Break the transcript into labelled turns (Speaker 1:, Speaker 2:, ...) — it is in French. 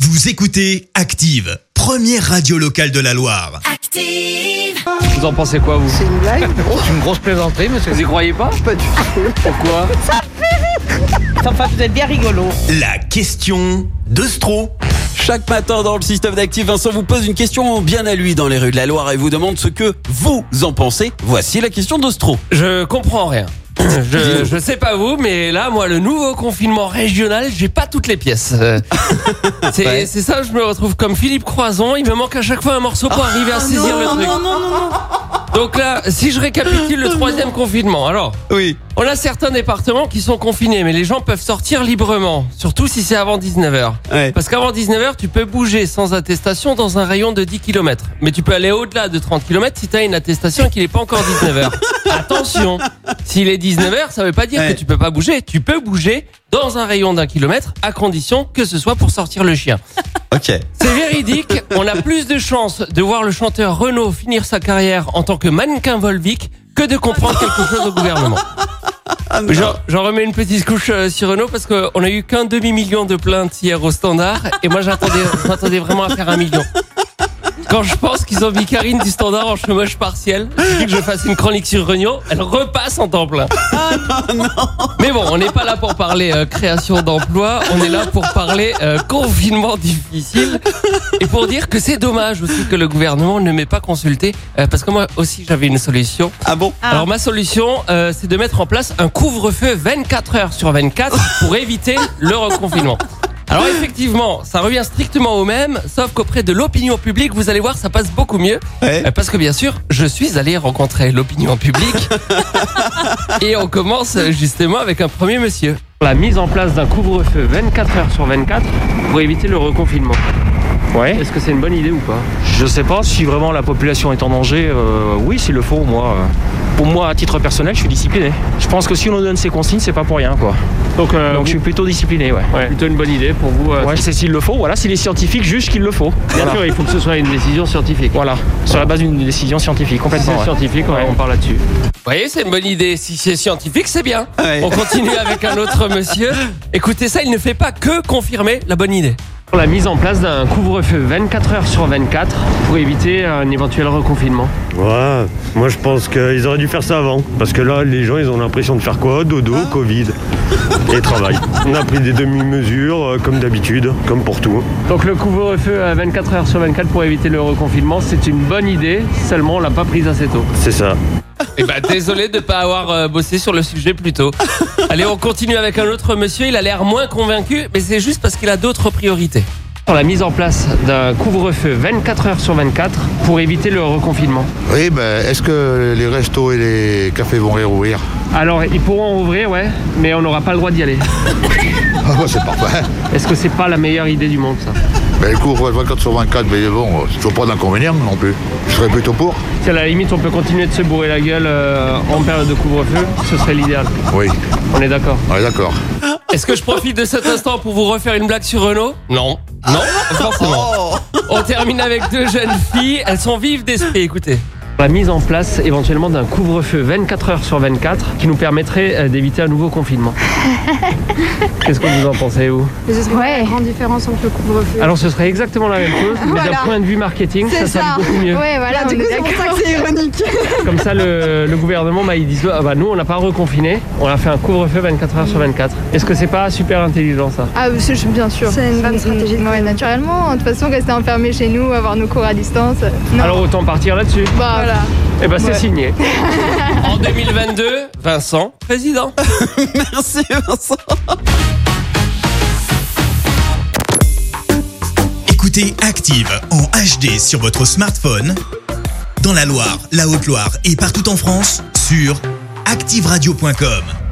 Speaker 1: Vous écoutez Active, première radio locale de la Loire.
Speaker 2: Active.
Speaker 3: Vous en pensez quoi, vous C'est une blague C'est une grosse plaisanterie, monsieur. Vous y croyez pas Pas du tout. Pourquoi
Speaker 4: Enfin, vous êtes bien rigolo.
Speaker 1: La question de Stro.
Speaker 5: Chaque matin dans le système d'actifs, Vincent vous pose une question bien à lui dans les rues de la Loire et vous demande ce que vous en pensez. Voici la question d'Ostro.
Speaker 3: Je comprends rien. Je, je sais pas vous, mais là, moi, le nouveau confinement régional, j'ai pas toutes les pièces. Euh, C'est
Speaker 5: Ouais.
Speaker 3: c'est ça, je me retrouve comme Philippe Croison. Il me manque à chaque fois un morceau pour arriver à saisir le truc. Donc là, si je récapitule le troisième confinement, alors,
Speaker 5: Oui.
Speaker 3: on a certains départements qui sont confinés, mais les gens peuvent sortir librement, surtout si c'est avant 19h.
Speaker 5: Ouais.
Speaker 3: Parce qu'avant 19h, tu peux bouger sans attestation dans un rayon de 10 km. Mais tu peux aller au-delà de 30 km si tu as une attestation et qu'il n'est pas encore 19h. Attention, s'il est 19h, ça veut pas dire
Speaker 5: Ouais.
Speaker 3: que tu peux pas bouger. Tu peux bouger dans un rayon d'un kilomètre à condition que ce soit pour sortir le chien.
Speaker 5: Ok.
Speaker 3: C'est véridique, on a plus de chances de voir le chanteur Renaud finir sa carrière en tant que mannequin Volvic que de comprendre quelque chose au gouvernement. J'en- J'en remets une petite couche euh, sur Renault parce qu'on a eu qu'un demi-million de plaintes hier au standard et moi j'attendais je m'attendais vraiment à faire un million. Quand je pense qu'ils ont mis Karine du standard en chômage partiel, je dis que je fasse une chronique sur Renault, elle repasse en temps plein. Mais bon, on n'est pas là pour parler euh, création d'emplois, on est là pour parler euh, confinement difficile et pour dire que c'est dommage aussi que le gouvernement ne m'ait pas consulté euh, parce que moi aussi j'avais une solution.
Speaker 5: Ah bon
Speaker 3: Alors ma solution, euh, c'est de mettre en place un couvre-feu 24 heures sur 24 pour éviter le reconfinement. Alors effectivement, ça revient strictement au même, sauf qu'auprès de l'opinion publique, vous allez voir, ça passe beaucoup mieux.
Speaker 5: Ouais.
Speaker 3: Euh, Parce que bien sûr, je suis allé rencontrer l'opinion publique. Et on commence euh, justement avec un premier monsieur. La mise en place d'un couvre-feu 24 heures sur 24 pour éviter le reconfinement.
Speaker 6: Ouais,
Speaker 3: Est-ce que c'est une bonne idée ou pas
Speaker 6: je sais pas si vraiment la population est en danger. euh, oui, s'il le faut, moi. euh, Pour moi, à titre personnel, je suis discipliné. Je pense que si on donne ces consignes, c'est pas pour rien, quoi.
Speaker 3: Donc,
Speaker 6: Donc je suis plutôt discipliné, ouais. Ouais,
Speaker 3: plutôt une bonne idée pour vous.
Speaker 6: c'est s'il le faut, voilà, si les scientifiques jugent qu'il le faut. Voilà.
Speaker 3: il faut que ce soit une décision scientifique.
Speaker 6: Voilà, sur la base d'une décision scientifique, complètement. ouais.
Speaker 3: scientifique,
Speaker 6: on- on
Speaker 3: parle là-dessus. Vous voyez, c'est une bonne idée. Si c'est scientifique, c'est bien.
Speaker 5: Ouais.
Speaker 3: On continue avec un autre monsieur. Écoutez ça, il ne fait pas que confirmer la bonne idée. La mise en place d'un couvre-feu 24 heures sur 24 pour éviter un éventuel reconfinement.
Speaker 7: Ouais, moi je pense qu'ils auraient dû faire ça avant. Parce que là, les gens, ils ont l'impression de faire quoi Dodo, Covid et travail. On a pris des demi-mesures, euh, comme d'habitude, comme pour tout.
Speaker 3: Donc le couvre-feu à 24 heures sur 24 pour éviter le reconfinement, c'est une bonne idée, seulement on l'a pas prise assez tôt.
Speaker 7: C'est ça.
Speaker 3: Eh ben, désolé de ne pas avoir euh, bossé sur le sujet plus tôt. Allez, on continue avec un autre monsieur. Il a l'air moins convaincu, mais c'est juste parce qu'il a d'autres priorités. La mise en place d'un couvre-feu 24 heures sur 24 pour éviter le reconfinement.
Speaker 8: Oui, ben, est-ce que les restos et les cafés vont réouvrir
Speaker 3: Alors, ils pourront ouvrir, ouais, mais on n'aura pas le droit d'y aller.
Speaker 8: Ah bah, c'est parfait.
Speaker 3: Est-ce que c'est pas la meilleure idée du monde, ça
Speaker 8: Ben, le couvre 24 sur 24, mais bon, je vois pas d'inconvénient non plus. Je serais plutôt pour.
Speaker 3: C'est à la limite, on peut continuer de se bourrer la gueule euh, en période de couvre-feu, ce serait l'idéal.
Speaker 8: Oui,
Speaker 3: On est d'accord.
Speaker 8: on est d'accord.
Speaker 3: Est-ce que je profite de cet instant pour vous refaire une blague sur Renault Non. Non, forcément. On termine avec deux jeunes filles. Elles sont vives d'esprit, écoutez. La mise en place éventuellement d'un couvre-feu 24 heures sur 24 qui nous permettrait euh, d'éviter un nouveau confinement. Qu'est-ce que vous en pensez, vous
Speaker 9: Mais ce serait quoi la grande différence entre le couvre-feu
Speaker 3: Alors, ce serait exactement la même chose, mais d'un point de vue marketing, ça, serait beaucoup mieux.
Speaker 9: Ouais, voilà, on est d'accord.
Speaker 3: Comme ça, le, le gouvernement, bah, ils disent Ah bah, nous, on n'a pas reconfiné, on a fait un couvre-feu 24 heures sur 24. Est-ce que c'est pas super intelligent, ça
Speaker 9: Ah, c'est- je- bien sûr. C'est une bonne stratégie. Ouais, naturellement. De toute façon, rester enfermé chez nous, avoir nos cours à distance. euh, Non.
Speaker 3: Alors, autant partir là-dessus.
Speaker 9: bah, voilà.
Speaker 3: Eh ben, c'est
Speaker 9: Ouais.
Speaker 3: signé. En 2022, Vincent, président.
Speaker 5: Merci Vincent.
Speaker 1: Écoutez Active en HD sur votre smartphone, dans la Loire, la Haute-Loire et partout en France, sur activeradio.com.